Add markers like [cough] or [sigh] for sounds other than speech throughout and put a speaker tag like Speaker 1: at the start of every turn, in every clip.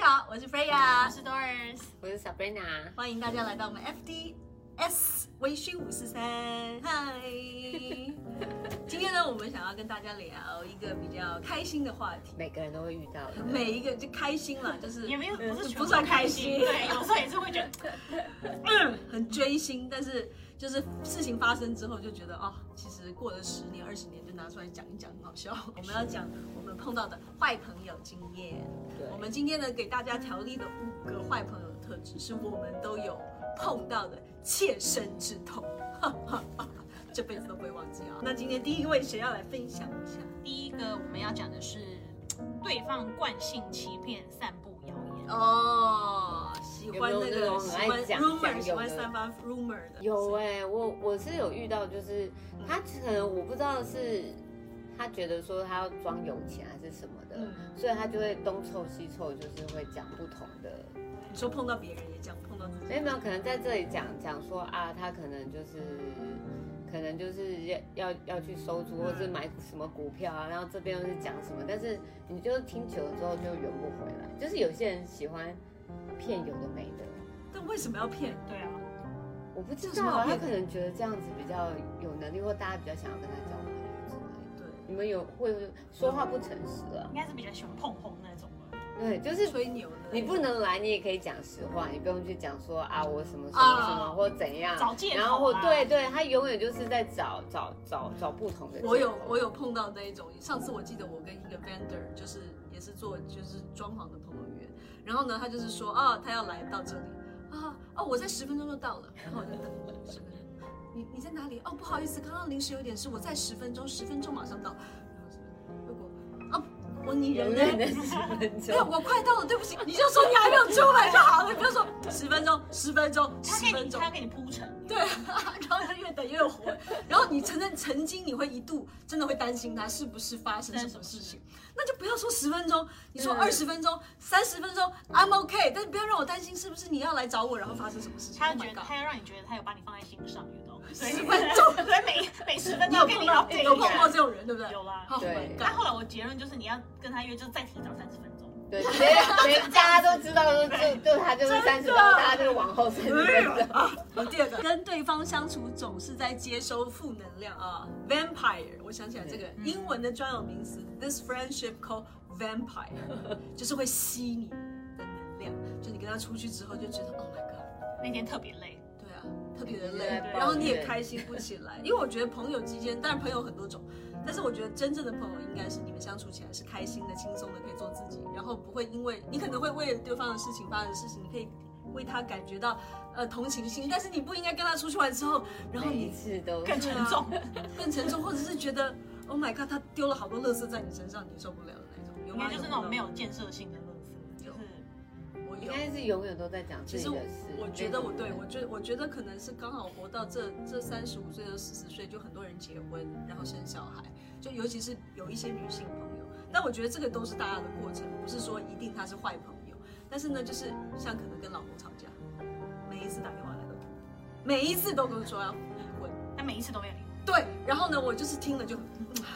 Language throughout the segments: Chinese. Speaker 1: 好，我是 Freya，
Speaker 2: 我是 Doris，
Speaker 3: 我是 Sabrina。
Speaker 1: 欢迎大家来到我们 FDS 微醺五四三，嗨！今天呢，我们想要跟大家聊一个比较开心的话题。
Speaker 3: 每个人都会遇到的，
Speaker 1: 每一个就开心了，就是呃
Speaker 2: 也没有不是
Speaker 1: 嗯
Speaker 2: 全部
Speaker 1: 不算开心嗯
Speaker 2: 对，有时候也是会觉得
Speaker 1: 很追星，但是就是事情发生之后就觉得哦，其实过了十年二十年就拿出来讲一讲，很好笑。我们要讲我们碰到的坏朋友经验。
Speaker 3: 对，
Speaker 1: 嗯我们今天呢给大家条例的五个坏朋友的特质，是我们都有碰到的切身之痛， [laughs] 这辈子都不会忘记啊。那今天第一位谁要来分享一下？
Speaker 2: 第一个我们要讲的是对方惯性欺骗、散布谣言。
Speaker 1: 哦，喜欢那
Speaker 3: 有没有那
Speaker 1: 个
Speaker 3: 种
Speaker 1: 喜
Speaker 3: 很
Speaker 1: 欢
Speaker 3: 爱讲讲
Speaker 1: rumor
Speaker 3: 有
Speaker 1: 喜欢
Speaker 3: 的
Speaker 1: 散发 rumor 的，
Speaker 3: 有哎、我我是有遇到，就是
Speaker 1: 嗯
Speaker 3: 他可能我不知道是他觉得说他要装有钱还是什么的，
Speaker 1: 嗯
Speaker 3: 所以他就会东凑西凑，就是会讲不同的。
Speaker 1: 你说碰到别人也讲，碰到自己
Speaker 3: 没有没有，可能在这里讲讲说啊，他可能就是。可能就是要要要去收租，或
Speaker 1: 嗯
Speaker 3: 是买什么股票啊，然后这边又是讲什么，但是你就听久了之后就圆不回来。就是有些人喜欢骗有的没的，
Speaker 1: 但为什么要骗？
Speaker 2: 对啊，
Speaker 3: 我不知
Speaker 1: 这有什么
Speaker 3: 道，
Speaker 1: 好
Speaker 3: 他
Speaker 1: 骗
Speaker 3: 可能觉得这样子比较有能力，或大家比较想要跟他交朋友之类的。
Speaker 1: 对，
Speaker 3: 你们有会说话不诚实啊
Speaker 2: 应？该是比较喜欢碰红那种吧。
Speaker 3: 对，就是
Speaker 1: 吹牛的，
Speaker 3: 你不能来，你也可以讲实话，你不用去讲说啊我什么什么
Speaker 1: 啊
Speaker 3: 什么或怎样，
Speaker 2: 找借口啊
Speaker 3: 然后或
Speaker 2: 啦
Speaker 3: 对对，他永远就是在找找找找不同的借口。
Speaker 1: 我有我有碰到那一种，上次我记得我跟一个 vendor 就是也是做就是装潢的朋友约，然后呢他就是说啊他要来到这里啊哦我在十分钟就到了，然后我就等十分钟，你你在哪里？哦不好意思，刚刚临时有点事，我在十分钟，十分钟马上到，然后如果哦我你
Speaker 3: 人
Speaker 1: 人
Speaker 3: 类
Speaker 1: [laughs]
Speaker 3: 的
Speaker 1: 呢？
Speaker 3: 十分
Speaker 1: 没有，
Speaker 3: 钟，
Speaker 1: 我快到了，对不起，你就说你还没有出来就好了，你不要说十分钟，十分钟，
Speaker 2: 他
Speaker 1: 十
Speaker 2: 给
Speaker 1: 分
Speaker 2: 你，
Speaker 1: 钟。
Speaker 2: 他给你铺陈，
Speaker 1: 对，啊然后他越等越火，然后你承认曾经你会一度真的会担心他是不是发生什么事情，那就不要说十分钟，你说
Speaker 3: 嗯
Speaker 1: 二十分钟、三十分钟，I'm OK，但不要让我担心是不是你要来找我，然后发生什么事情。
Speaker 2: 他
Speaker 1: Oh my
Speaker 2: 觉得
Speaker 1: god
Speaker 2: 他要让你觉得他有把你放在心上，你懂？所以
Speaker 1: 十分钟，
Speaker 2: 所以每每十分
Speaker 1: 你
Speaker 2: 钟
Speaker 1: 有
Speaker 2: 给
Speaker 1: 碰
Speaker 2: 你
Speaker 1: 到
Speaker 2: update
Speaker 1: 有
Speaker 2: 一
Speaker 1: 碰
Speaker 2: 下
Speaker 1: 到这种人对不对？
Speaker 2: 有啊啦。
Speaker 1: Oh
Speaker 3: 对
Speaker 1: my
Speaker 2: 但
Speaker 1: god！
Speaker 2: 后来我结论就是，你要跟他约，就再提早三十分钟。
Speaker 3: 对，谁谁大家都知道，就就就他就是三十分钟，大家就往后三十分钟。
Speaker 1: 好第二个，跟对方相处总是在接收负能量啊，vampire，我想起来这个
Speaker 2: 嗯
Speaker 1: 英文的专有名词，this friendship called vampire，就是会吸你的能量，就你跟他出去之后就觉得，Oh my god。
Speaker 2: 那天特别累，
Speaker 1: 对啊，特别的
Speaker 3: 对
Speaker 1: 累
Speaker 3: 对，
Speaker 1: 然后你也开心不起来，因为我觉得朋友之间，当然朋友很多种，但是我觉得真正的朋友应该是你们相处起来是开心的、轻松的，可以做自己，然后不会因为你可能会为了对方的事情发生的事情，你可以为他感觉到呃同情心，但是你不应该跟他出去玩之后，然后
Speaker 3: 每一
Speaker 1: 你
Speaker 3: 次都
Speaker 2: 更
Speaker 1: 啊
Speaker 2: 沉重。
Speaker 1: 更沉重，或者是觉得 Oh my God，他丢了好多垃圾在你身上，你受不了的那种，有
Speaker 2: 应该
Speaker 1: 吗？
Speaker 2: 就是那种没
Speaker 1: 有
Speaker 2: 有建设性的乐色，就是
Speaker 1: 碰到，我
Speaker 3: 应
Speaker 1: 有。
Speaker 3: 该是永远都在讲
Speaker 1: 其
Speaker 3: 自己
Speaker 1: 实
Speaker 3: 的
Speaker 1: 我
Speaker 3: 事。
Speaker 1: 我觉得我对
Speaker 3: 那种
Speaker 1: 我觉得我觉得可能是刚好活到这这三十五岁到四十岁，就很多人结婚，然后生小孩，就尤其是有一些女性朋友。但我觉得这个都是大家的过程，不是说一定他是坏朋友。但是呢，就是像可能跟老公吵架，每一次打电话来都哭，每一次都跟我说要离婚。
Speaker 2: 他每一次都没有理我。
Speaker 1: 对，然后呢，我就是听了就很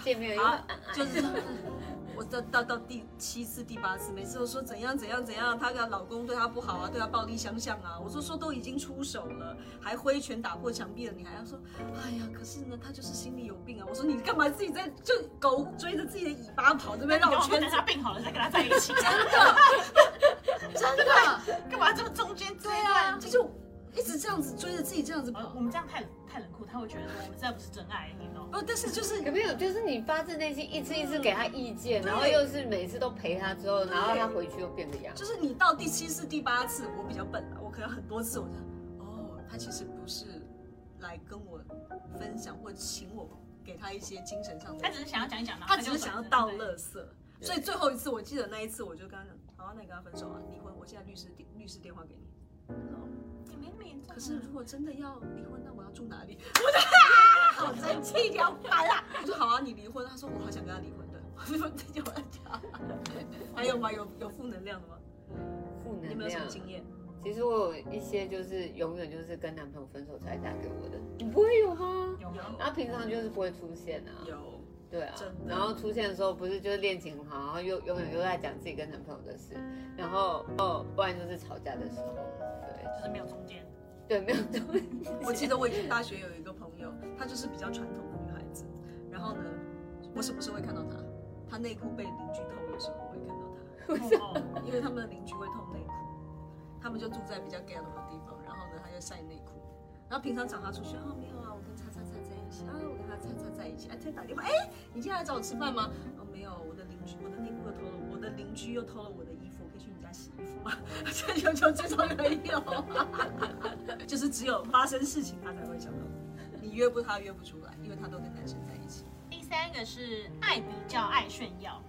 Speaker 3: 见面又
Speaker 1: 啊
Speaker 3: 暗暗
Speaker 1: 就是我到到到第七次、第八次，每次都说怎样怎样怎样，她的老公对她不好啊，对她暴力相向啊。我说说都已经出手了，还挥拳打破墙壁了，你还要说，哎呀，可是呢，她就是心里有病啊。我说你干嘛自己在就狗追着自己的尾巴跑，这边
Speaker 2: 那你
Speaker 1: 绕
Speaker 2: 干嘛不
Speaker 1: 圈
Speaker 2: 等
Speaker 1: 子，
Speaker 2: 他病好了再跟他在一起？
Speaker 1: [laughs] 真 [laughs] 的，
Speaker 2: 干嘛这么中间这
Speaker 1: 对啊，嗯
Speaker 2: 段？
Speaker 1: 这啊就一直这样子追着自己这样子
Speaker 2: 呃
Speaker 1: 跑
Speaker 2: 我。们这样太太冷酷，他会觉得我们这不是真爱，你懂？
Speaker 1: 哦不，但是就是
Speaker 3: 有没有就是你发自内心一次一次给他意见，
Speaker 1: 嗯对
Speaker 3: 然后又是每次都陪他之后，
Speaker 1: 对
Speaker 3: 然后他回去又变个样。
Speaker 1: 就是你到第七次、第八次，我比较笨了，我可能很多次我就，哦，他其实不是来跟我分享或请我给他一些精神上的
Speaker 2: 他，只是想要讲一讲，然后
Speaker 1: 他只是想要
Speaker 2: 到
Speaker 1: 倒垃圾。
Speaker 3: 对
Speaker 1: 所以最后一次，我记得那一次，我就跟他讲，好、啊，那你跟他分手啊，离婚，我现在律师电律师电话给你。
Speaker 2: 也没那么严重啊。
Speaker 1: 可是如果真的要离婚，那我要住哪里？我就、啊、好生气，你好烦啊！我说好啊，你离婚。他说我好想跟他离婚的。 [laughs] 我说这就啊完了。 [laughs] 还有吗？有有负能量的吗？
Speaker 3: 负
Speaker 1: 你有
Speaker 3: 能
Speaker 1: 没有什
Speaker 3: 量
Speaker 1: 么。经验？
Speaker 3: 其实我有一些就是永远就是跟男朋友分手才打给我的，你不会有吗？
Speaker 2: 有没有？
Speaker 3: 然后平常就是不会出现啊，
Speaker 1: 啊有。
Speaker 3: 对啊
Speaker 1: 真，的
Speaker 3: 然后出现的时候不是就是恋情很好，然后又永远又在讲自己跟男朋友的事，然后哦不然就是吵架的时候，对
Speaker 2: 就是没有中间。
Speaker 3: 对，没有中间。
Speaker 1: 我记得我以前大学有一个朋友，她就是比较传统的女孩子。然后呢，我什么时候会看到她？她内裤被邻居偷的时候，我会看到她，
Speaker 2: 哦，
Speaker 1: 因为他们的邻居会偷内裤，他们就住在比较 ghetto 的地方，然后呢，她就晒内裤。然后平常找她出去，啊，没有啊，我跟叉叉叉在一起啊，我跟她叉叉在一起。哎、啊，突然打电话，哎，你今天来找我吃饭吗？哦，没有，我的邻居，我的内裤又偷了，我的邻居又偷了我的衣服，我可以去你家洗衣服吗？ [laughs] 这就就这种没有。就是只有 [laughs] 发生事情他才会想到你，你约不他约不出来，因为他都跟男生在一起。 [laughs]
Speaker 2: 第三个是爱比较，爱炫耀，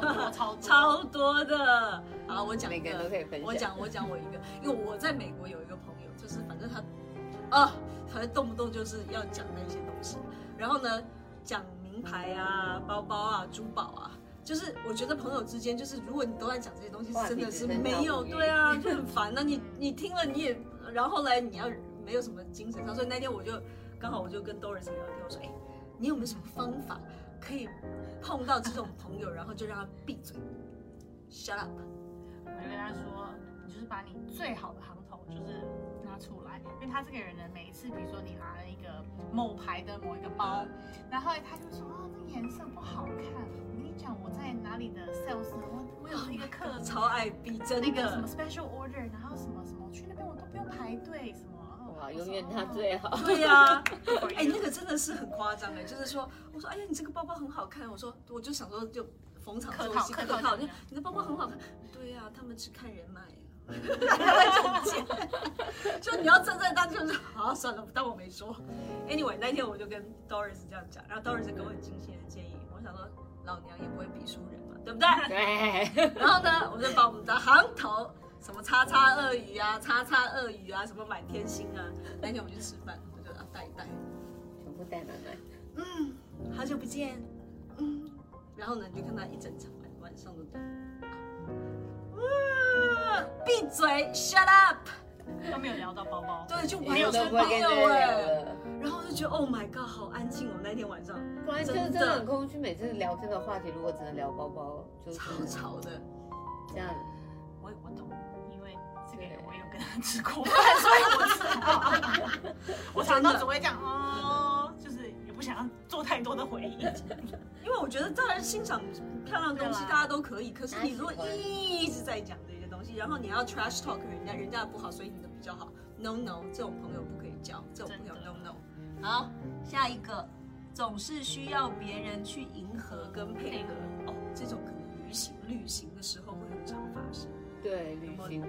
Speaker 1: [laughs]
Speaker 2: 多超多
Speaker 1: 超多的。好，我讲一
Speaker 3: 嗯每个人都可以分享
Speaker 1: 我讲我讲我一个，因为我在美国有一个朋友，就是反正他啊，他动不动就是要讲那些东西，然后呢讲名牌啊、包包啊、珠宝啊。就是我觉得朋友之间，就是如果你都在讲这些东西，
Speaker 3: 话题
Speaker 1: 真的是
Speaker 3: 只能到
Speaker 1: 没有
Speaker 3: 五月
Speaker 1: 对啊，就很烦那、你你听了你也，然后后来你要没有什么精神上，所以那天我就刚好我就跟 Doris 聊天，我说哎，你有没有什么方法可以碰到这种朋友，然后就让他闭嘴，shut up。
Speaker 2: 我就跟他说，你就是把你最好的行头就是拿出来，因为他这个人呢，每一次比如说你拿了一个某牌的某一个包，然后他就说啊，这颜色不好看。我跟你讲，我在哪里的 sales，我我有一个客
Speaker 3: [laughs]
Speaker 2: 人
Speaker 1: 超爱逼真
Speaker 2: 那个什么
Speaker 1: 的，
Speaker 2: special order，然后什么什么，去那边我都不用排队什么。哦
Speaker 1: 啊
Speaker 3: 哇，永远他最好。
Speaker 1: 对呀、
Speaker 2: 好。
Speaker 1: 哎、那个真的是很夸张哎，就是说，我说哎呀，你这个包包很好看，我说我就想说就逢场作戏客
Speaker 2: 客套客
Speaker 1: 套，
Speaker 2: 套
Speaker 1: 就
Speaker 2: [laughs]
Speaker 1: 你的包包很好看，对呀、他们只看人脉。他会中 [laughs] 间，就你要站在当就是好算了，当我没说。Anyway，那天我就跟 Doris 这样讲，然后 Doris 给我很精心的建议，我想说老娘也不会比输人嘛，对不对？ [laughs]
Speaker 3: 对，
Speaker 1: 然后呢，我们就把我们的行头，什么叉叉鳄鱼啊、叉叉鳄鱼啊、什么满天星啊，那天我们去吃饭，我就啊带一带，
Speaker 3: 全部带满满。
Speaker 1: 嗯，好久不见，嗯，然后呢，你就看他一整场晚晚上都这样，啊哇闭嘴，shut up，
Speaker 2: 都没有聊到包包，
Speaker 1: 对，就完
Speaker 2: 没有
Speaker 3: 都
Speaker 1: 全
Speaker 3: 不
Speaker 1: 没
Speaker 3: 会跟
Speaker 1: 有
Speaker 3: 人
Speaker 1: 哎、
Speaker 3: 聊了，
Speaker 1: 然后我就觉得 Oh my God，好安静哦，那天晚上
Speaker 3: 不然就真的很空虚。每次聊天的话题，如果只能聊包包，就是
Speaker 1: 超吵的，
Speaker 3: 这样。
Speaker 2: 我我懂，因为这个
Speaker 3: 对
Speaker 2: 我有跟他吃过饭，所以我知道。
Speaker 3: [laughs]
Speaker 2: 我常常
Speaker 1: 真的
Speaker 2: 只会讲哦，就是也不想要做太多的回
Speaker 3: [laughs]
Speaker 2: 忆。
Speaker 1: 因为我觉得当然欣赏漂亮的东西
Speaker 2: 对啦
Speaker 1: 大家都可以，可是你如果
Speaker 3: 大家喜
Speaker 1: 一直在讲这些东西，然后你要 trash talk 人家，人家的不好，所以你的比较好，no no，这种朋友不可以交，这种朋友
Speaker 2: 真的
Speaker 1: no no。好，下一个，总是需要别人去迎合跟配合，哦，这种可能旅行旅行的时候会很常发生。
Speaker 3: 对，旅行的，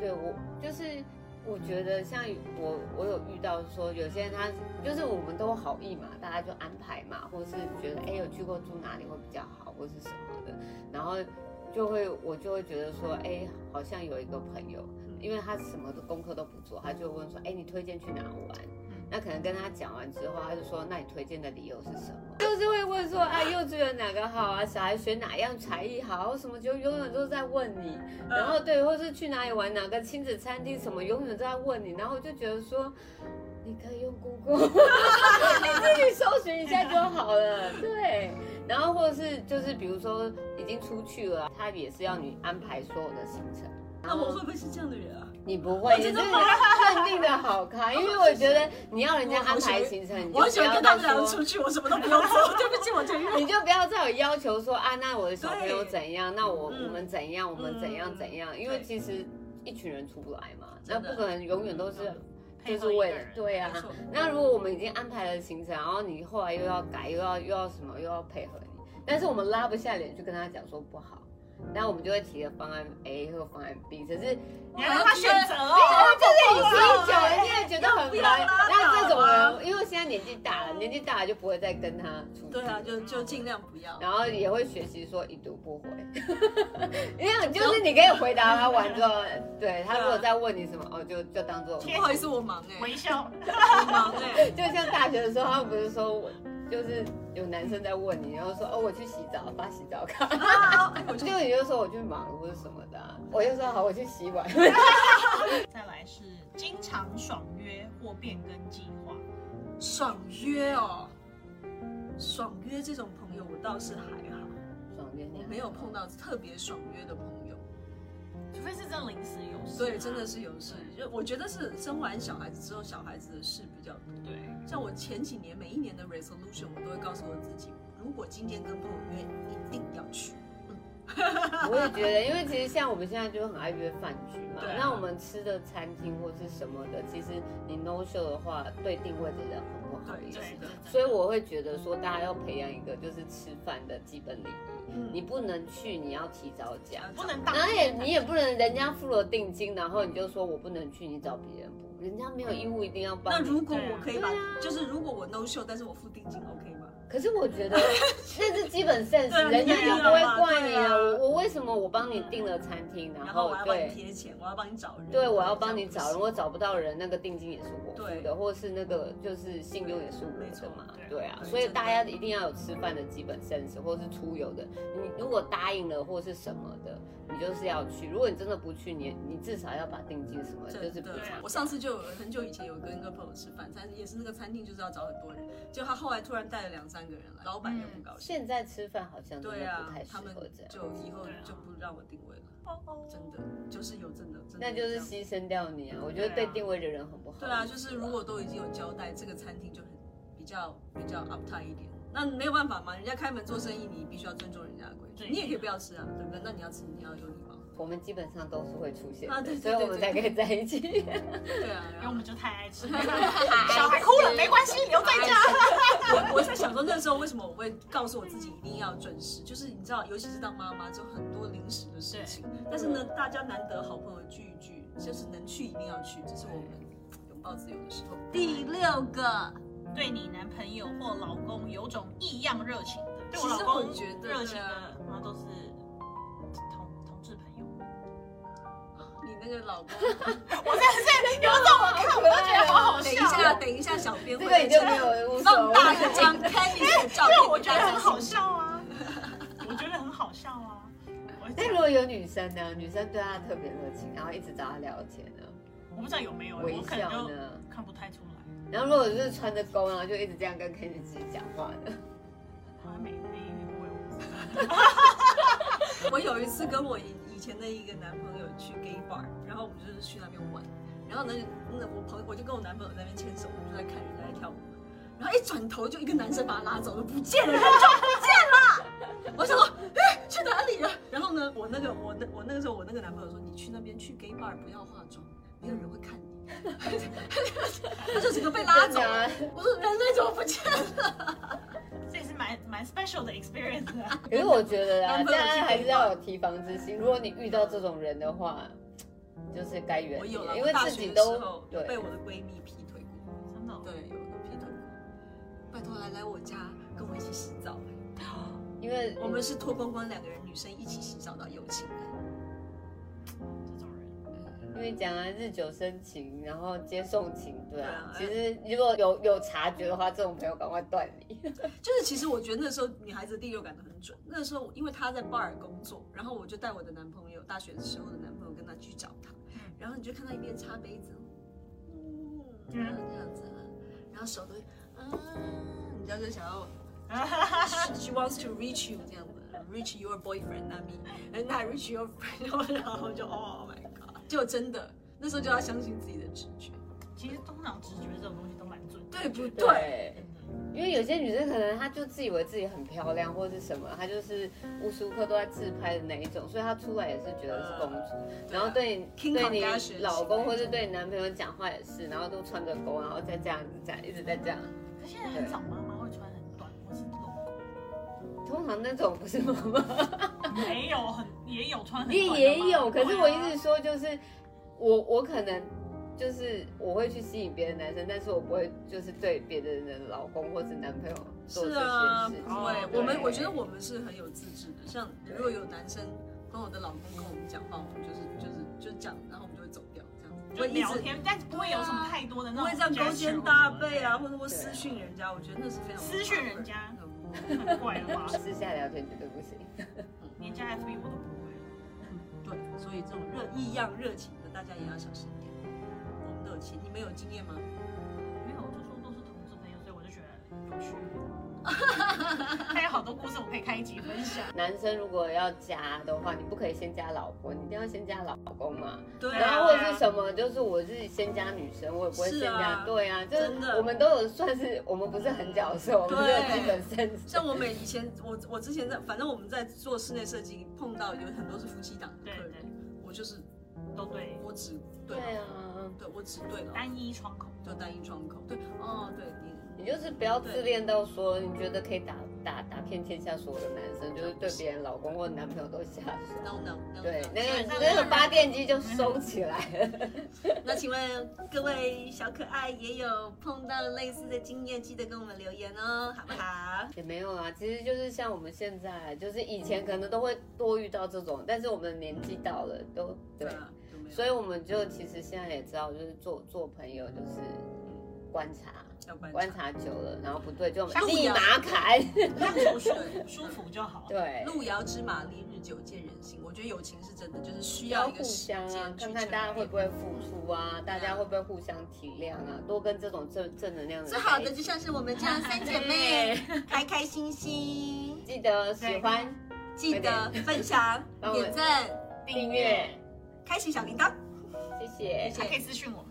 Speaker 3: 对我就是我觉得像我我有遇到说有些人他就是我们都好意嘛，大家就安排嘛，或是觉得哎有去过住哪里会比较好，或是什么的，然后就会我就会觉得说哎好像有一个朋友，因为他什么的功课都不做，他就会问说哎你推荐去哪玩？那可能跟他讲完之后，他就说那你推荐的理由是什么？就是会问说，哎，幼稚园哪个好啊？小孩学哪样才艺好？什么就永远都在问你，然后对，或是去哪里玩，哪个亲子餐厅什么，永远都在问你，然后我就觉得说，你可以用 Google，你自己搜寻一下就好了，对。然后或者是就是比如说已经出去了，他也是要你安排所有的行程。
Speaker 1: 那我会不会是这样的人啊？
Speaker 3: 你不会，你是认定的好
Speaker 1: [laughs]
Speaker 3: 看，因为我觉得你要人家安排行程，你就
Speaker 1: 我很喜
Speaker 3: 不
Speaker 1: 欢
Speaker 3: 要
Speaker 1: 跟他
Speaker 3: 再
Speaker 1: 们两个出
Speaker 3: 说，
Speaker 1: 去，我什么都不用
Speaker 2: [laughs]
Speaker 1: 做，对不起，我承认。
Speaker 3: 你就不要再有要求说啊，那我的小朋友
Speaker 1: 对
Speaker 3: 怎样，那我
Speaker 1: 嗯
Speaker 3: 我们怎样，我们怎
Speaker 1: 嗯
Speaker 3: 样怎样，因为
Speaker 1: 对
Speaker 3: 其实一群人出不来嘛，那
Speaker 1: 真的嗯
Speaker 3: 不可能永远都是就
Speaker 2: 配
Speaker 3: 是
Speaker 2: 合一个
Speaker 3: 为了
Speaker 2: 人
Speaker 3: 对啊
Speaker 1: 没。错
Speaker 3: 那如果我们已经安排了行程，然后你后来又要改，又要又要什么，又要配合你，但是我们拉不下脸去跟他讲说不好，那我们就会提个方案 A 或方案 B，可是
Speaker 2: 你还让他选择哦，
Speaker 3: 你听久了，你也觉得很烦。那这种人，因为现在年纪大了，年纪大了就不会再跟他出去，
Speaker 1: 对啊，就就尽量不要。
Speaker 3: 然后也会学习说已读不回，因为就是你可以回答他完之后，对他如果再问你什么，哦，就就当做，
Speaker 1: 不好意思，我忙哎、
Speaker 2: 微
Speaker 3: [laughs]
Speaker 2: 笑，
Speaker 1: 我忙哎、
Speaker 3: 就像大学的时候，他们不是说我就是有男生在问你，然后说哦我去洗澡，发洗澡卡，
Speaker 1: 啊，哎我
Speaker 3: [laughs] 就
Speaker 1: 就
Speaker 3: 你就说我去忙或者什么的啊、我就说好我去洗碗，
Speaker 2: 再来是经常爽约或变更计划，
Speaker 1: 爽约哦，爽约这种朋友我倒是还好，
Speaker 3: 爽约
Speaker 1: 我
Speaker 3: 你
Speaker 1: 没有碰到特别爽约的朋友。
Speaker 2: 啊
Speaker 3: 事、
Speaker 1: 对，真的。是有事。就我觉得是生完小孩子之后，小孩子的事比较多。
Speaker 2: 对，
Speaker 1: 像我前几年每一年的 resolution，我都会告诉我自己，如果今天跟朋友约，一定要去。
Speaker 3: 我也觉得，因为其实像我们现在就很爱约饭局嘛
Speaker 2: 对啊，
Speaker 3: 那我们吃的餐厅或是什么的，其实你 no show 的话，对定位的人很不好
Speaker 1: 对
Speaker 3: 意思
Speaker 1: 对。
Speaker 2: 对，
Speaker 3: 所以我会觉得说，大家要培养一个就是吃饭的基本礼仪，
Speaker 1: 嗯
Speaker 3: 你不能去，你要提早讲。
Speaker 2: 不能当
Speaker 3: 然后也你也不能人家付了定金，然后你
Speaker 1: 嗯
Speaker 3: 就说我不能去，你找别人补，人家没有义务一定要帮
Speaker 1: 那
Speaker 3: 你。
Speaker 1: 如果
Speaker 2: 对啊
Speaker 1: 我可以把，就是如果我 no show，但是我付定金，OK 吗？
Speaker 3: 可是
Speaker 1: [laughs]
Speaker 3: 我觉得那是基本 sense，
Speaker 1: 对啊
Speaker 3: 人家
Speaker 1: 你也
Speaker 3: 就不
Speaker 1: 要
Speaker 3: 会
Speaker 1: 嘛
Speaker 3: 怪你
Speaker 1: 对啊嗯
Speaker 3: 了。我我为什么我帮你订了餐厅，然
Speaker 1: 然后
Speaker 3: 后
Speaker 1: 我要帮你
Speaker 3: 对
Speaker 1: 贴钱，我要帮你找人，
Speaker 3: 对，我要帮你
Speaker 1: 这
Speaker 3: 找
Speaker 1: 样
Speaker 3: 人，
Speaker 1: 不
Speaker 3: 我
Speaker 1: 行
Speaker 3: 找不到人，那个定金也是我
Speaker 1: 对
Speaker 3: 付的，或是那个就是信用也是我
Speaker 1: 没错
Speaker 3: 的嘛，
Speaker 2: 对
Speaker 3: 对啊，
Speaker 1: 对
Speaker 3: 所以
Speaker 1: 真的
Speaker 3: 大家一定要有吃饭的基本 sense，或是出游的，你如果答应了或是什么的，你就是要去。如果你真的不去，你你至少要把定金什么
Speaker 1: 真
Speaker 3: 就是补
Speaker 1: 的
Speaker 3: 偿，
Speaker 1: 啊我。上次就有很久以前有跟一个朋友吃饭，但也是那个餐厅就是要找很多人，结果他后来突然带了两三个人来，老板也不高兴。
Speaker 3: 嗯现在吃饭好像真
Speaker 1: 对
Speaker 3: 的
Speaker 1: 啊
Speaker 3: 不太，适
Speaker 1: 他们
Speaker 3: 合这样，
Speaker 1: 就以后
Speaker 2: 对啊
Speaker 1: 就不让我定位了，
Speaker 2: 哦哦
Speaker 1: 真的就是有真的真的有这样。
Speaker 3: 那就是牺牲掉你啊！我觉得
Speaker 2: 对
Speaker 3: 对
Speaker 2: 啊
Speaker 3: 定位的人很不好意思
Speaker 1: 对啊，就是如果都已经有交代，这个餐厅就很比较比较 up tight 一点。那没有办法嘛，人家开门做生意，你必须要尊重人家的规矩。
Speaker 2: 对
Speaker 1: 你也可以不要吃啊，对不对？那你要吃，你要有礼貌。
Speaker 3: 我们基本上都是会出现
Speaker 1: 啊对
Speaker 3: 的，
Speaker 1: 对
Speaker 3: 所以我
Speaker 1: 对
Speaker 3: 们
Speaker 1: 对
Speaker 3: 才可以在
Speaker 1: [laughs]
Speaker 3: 一起。
Speaker 1: 对
Speaker 2: [laughs]
Speaker 1: 啊，
Speaker 2: 因为
Speaker 1: 然
Speaker 2: 我
Speaker 1: 后
Speaker 2: 们就太爱
Speaker 3: [laughs]
Speaker 2: 吃，小孩哭了没关系，留在家。
Speaker 1: 我我在想说，那时候为什么我会告诉我自己一定要准时？就是你知道，尤其是当妈妈，就很多临时的事情。但是呢，大家难得好朋友聚一聚，就是能去一定要去，这是我们拥抱自由的时候。第六个，
Speaker 2: 对你男朋友或老公有种异样热情的，对我
Speaker 1: 其
Speaker 2: 老
Speaker 1: 实
Speaker 2: 公
Speaker 1: 我觉得
Speaker 2: 热情
Speaker 1: 对
Speaker 2: 的
Speaker 1: 啊，
Speaker 2: 然后都是同同志朋友。
Speaker 1: [laughs] 你那个老公，
Speaker 2: 我真的是有种我看我都
Speaker 3: 啊
Speaker 2: 觉得好好
Speaker 1: 等一
Speaker 2: 笑
Speaker 1: 下，
Speaker 2: 哦，
Speaker 1: 等一下，小编
Speaker 3: 这
Speaker 1: 会
Speaker 3: 个
Speaker 1: 在
Speaker 3: 你就
Speaker 1: 这
Speaker 3: 没
Speaker 1: 里
Speaker 3: 有无所
Speaker 1: 放大
Speaker 3: 谓
Speaker 1: 一。张 Kenny 的照
Speaker 2: 因为
Speaker 1: 片，
Speaker 2: 我觉得很好
Speaker 1: 笑。
Speaker 2: 笑啊，我觉得很好笑啊。我
Speaker 3: 那如果有女生呢？女生对他特别热情，然后一直找他聊天呢，
Speaker 2: 我不知道有
Speaker 1: 哦
Speaker 2: 没有，
Speaker 3: 微
Speaker 2: 我可能
Speaker 3: 笑
Speaker 2: 就
Speaker 3: 呢？
Speaker 2: 看不太出来，
Speaker 3: 然后如果就是穿着勾，然后就一直这样跟 Kenny 自己讲话的，
Speaker 2: 好像没没遇过，我不知道
Speaker 1: [laughs] 我有一次跟我以以前的一个男朋友去 gay bar，然后我们就是去那边玩，然后呢，那我朋友我就跟我男朋友在那边牵手，我们就在看人家在跳舞嘛，然后一转头就一个男生把他拉走了，不见了，人就不 [laughs] 见了。我想说，哎，去哪里了？然后呢，我那个我那我那个时候我那个男朋友说，你去那边去 gay bar 不要化妆，没有人会看你。 [laughs] 他就整个被拉走
Speaker 3: 真的
Speaker 1: 了。
Speaker 3: 啊。
Speaker 1: 我说人类怎么不见了？
Speaker 2: 这也是蛮蛮 special 的 experience 啊。
Speaker 3: 可是我觉得啊，
Speaker 1: 男朋
Speaker 3: 大
Speaker 1: 友去
Speaker 3: 家还是要有提防之心。如果你遇到这种人的话，就是该远
Speaker 1: 我
Speaker 3: 离
Speaker 1: 有了，
Speaker 3: 因为
Speaker 1: 我大
Speaker 3: 自
Speaker 1: 学
Speaker 3: 己
Speaker 1: 的时
Speaker 3: 都
Speaker 1: 候被
Speaker 3: 对
Speaker 1: 我的闺蜜劈腿过。
Speaker 2: 真的哦，
Speaker 1: 对，有个劈腿过，拜托来来我家跟我一起洗澡。
Speaker 2: 哦
Speaker 3: 因为
Speaker 1: 我们是脱光光两个人女生一起洗澡到友情的，
Speaker 2: 这种人，
Speaker 3: 因为讲啊，日久生情，然后接送情，对啊。
Speaker 1: 对
Speaker 3: 其
Speaker 1: 啊
Speaker 3: 实如果有有察觉的话，这种朋友赶快断离。
Speaker 1: 就是其实我觉得那时候女孩子的第六感都很准。那时候因为她在 bar 工作，然后我就带我的男朋友，大学时候的男朋友跟她去找她，然后你就看她一边擦杯子，嗯，这样子，啊然后手都，嗯，你知道就想要 she wants to reach you 这样子，reach your boyfriend not me，and [laughs] not reach your friend，然后我就 [laughs] oh my god，就真的那时候就要相信自己的直觉，
Speaker 2: 其实通常直觉这种东西都蛮准的，
Speaker 1: 对不对？
Speaker 3: 对
Speaker 2: 真的。
Speaker 3: 因为有些女生可能她就自以为自己很漂亮或是什么，她就是无时无刻都在自拍的那一种，所以她出来也是觉得是公主。
Speaker 1: 呃啊
Speaker 3: 然后对你
Speaker 1: Kim
Speaker 3: 对
Speaker 1: Kardashian
Speaker 3: 你老公或是对你男朋友讲话也是，然后都穿着勾，然后再这样子这样一直在这样。
Speaker 2: 可现在很少妈妈会穿很短或是露
Speaker 3: 通常那种不是妈妈，
Speaker 2: 骨，没有很也有穿很
Speaker 3: [laughs] 也
Speaker 2: 短的吗
Speaker 3: 也有。可是我一
Speaker 2: 对
Speaker 3: 直
Speaker 2: 啊
Speaker 3: 说就是我我可能。就是我会去吸引别的男生，但是我不会就是对别的人的老公或是男朋友做这
Speaker 1: 是
Speaker 3: 些
Speaker 1: 啊，不
Speaker 3: 事情。
Speaker 1: 会
Speaker 2: 哦，
Speaker 1: 我们
Speaker 3: 对
Speaker 1: 我觉得我们是很有自制的。像如果有男生跟我的老公跟我们讲话，我们就是就是就讲，然后我们就会走掉这样子，不
Speaker 2: 就
Speaker 1: 会一
Speaker 2: 聊
Speaker 1: 直
Speaker 2: 天，啊但是不会有什么太多的
Speaker 1: 不
Speaker 2: 那
Speaker 1: 会这样
Speaker 2: 种
Speaker 1: 勾
Speaker 2: gesture
Speaker 1: 肩
Speaker 2: 或
Speaker 1: 搭
Speaker 2: 什么的
Speaker 1: 背啊，，或者会私讯人家，我觉得那是非常
Speaker 2: 私讯人家
Speaker 1: 嗯
Speaker 2: 很怪了吧？
Speaker 3: 私下聊天绝对
Speaker 1: [laughs]
Speaker 3: 不行。
Speaker 2: 连加 FB 我都不会。
Speaker 1: 对，所以这种热异样热情的，大家也要小心一点。我们都有情，你们有经验吗？
Speaker 2: 没有，我就说都是同志朋友，所以我就觉得有趣。还有好多故事我可以开一集分享。
Speaker 3: 男生如果要加的话，你不可以先加老婆，你一定要先加老公嘛。
Speaker 1: 对
Speaker 3: 然
Speaker 1: 啊
Speaker 3: 后，或者是什么，就是我是先加女生，我也不会先
Speaker 1: 是
Speaker 3: 加。
Speaker 1: 啊
Speaker 3: 对啊，就是
Speaker 1: 真的
Speaker 3: 我们都有算是我们不是很角色，我们是有基本身
Speaker 1: 像我每以前我我之前在，反正我们在做室内设计碰到有很多是夫妻档的
Speaker 2: 对
Speaker 1: 客
Speaker 2: 对
Speaker 1: 人，，我就是
Speaker 2: 都对，
Speaker 1: 我只对
Speaker 3: 对
Speaker 1: 了，
Speaker 3: 啊，
Speaker 1: 对我只对了，
Speaker 2: 单一窗口。
Speaker 1: 就单一窗口，对，哦，对你
Speaker 3: 你就是不要自恋到说你觉得可以打打打遍天下所有的男生，就是对别人老公或男朋友都下手。
Speaker 1: ，no no no，
Speaker 3: 对，
Speaker 1: no
Speaker 3: 嗯那个
Speaker 2: 基本上
Speaker 3: 那个发电机就收起来 [laughs] 了。
Speaker 1: 那请问各位小可爱也有碰到类似的经验，记得跟我们留言哦，好不好？
Speaker 3: 也没有啊，其实就是像我们现在，就是以前可能都会多遇到这种，但是我们年纪到了都对，
Speaker 1: 啊，有没有
Speaker 3: 所以我们就其实现在也知道，就是做做朋友就是观察，
Speaker 1: 要观
Speaker 3: 观
Speaker 1: 察
Speaker 3: 察久了，然后不对就
Speaker 2: 相互
Speaker 3: 立
Speaker 2: 了
Speaker 3: 马砍。 [laughs]
Speaker 2: 相处舒服舒服就好。
Speaker 3: 对，
Speaker 1: 路遥知马力，日久见人心。我觉得友情是真的，就是需
Speaker 3: 要
Speaker 1: 一
Speaker 3: 互
Speaker 1: 个时间
Speaker 3: 相啊，
Speaker 1: 去
Speaker 3: 看看大家会不
Speaker 1: 会。
Speaker 3: 会付出啊，大家会不会互相体谅啊，多跟这种正正能量的
Speaker 1: 最
Speaker 3: 人
Speaker 1: 好
Speaker 3: 在一
Speaker 1: 的
Speaker 3: 起。
Speaker 1: 就像是我们这样三姐
Speaker 3: [laughs]
Speaker 1: 妹，开开心心。
Speaker 3: 记得喜欢
Speaker 1: 记得分享、
Speaker 3: 帮我
Speaker 1: 点赞、
Speaker 3: 订阅，
Speaker 1: 开启小铃铛。
Speaker 3: 谢谢
Speaker 1: 谢谢。
Speaker 2: 还可以私讯我们。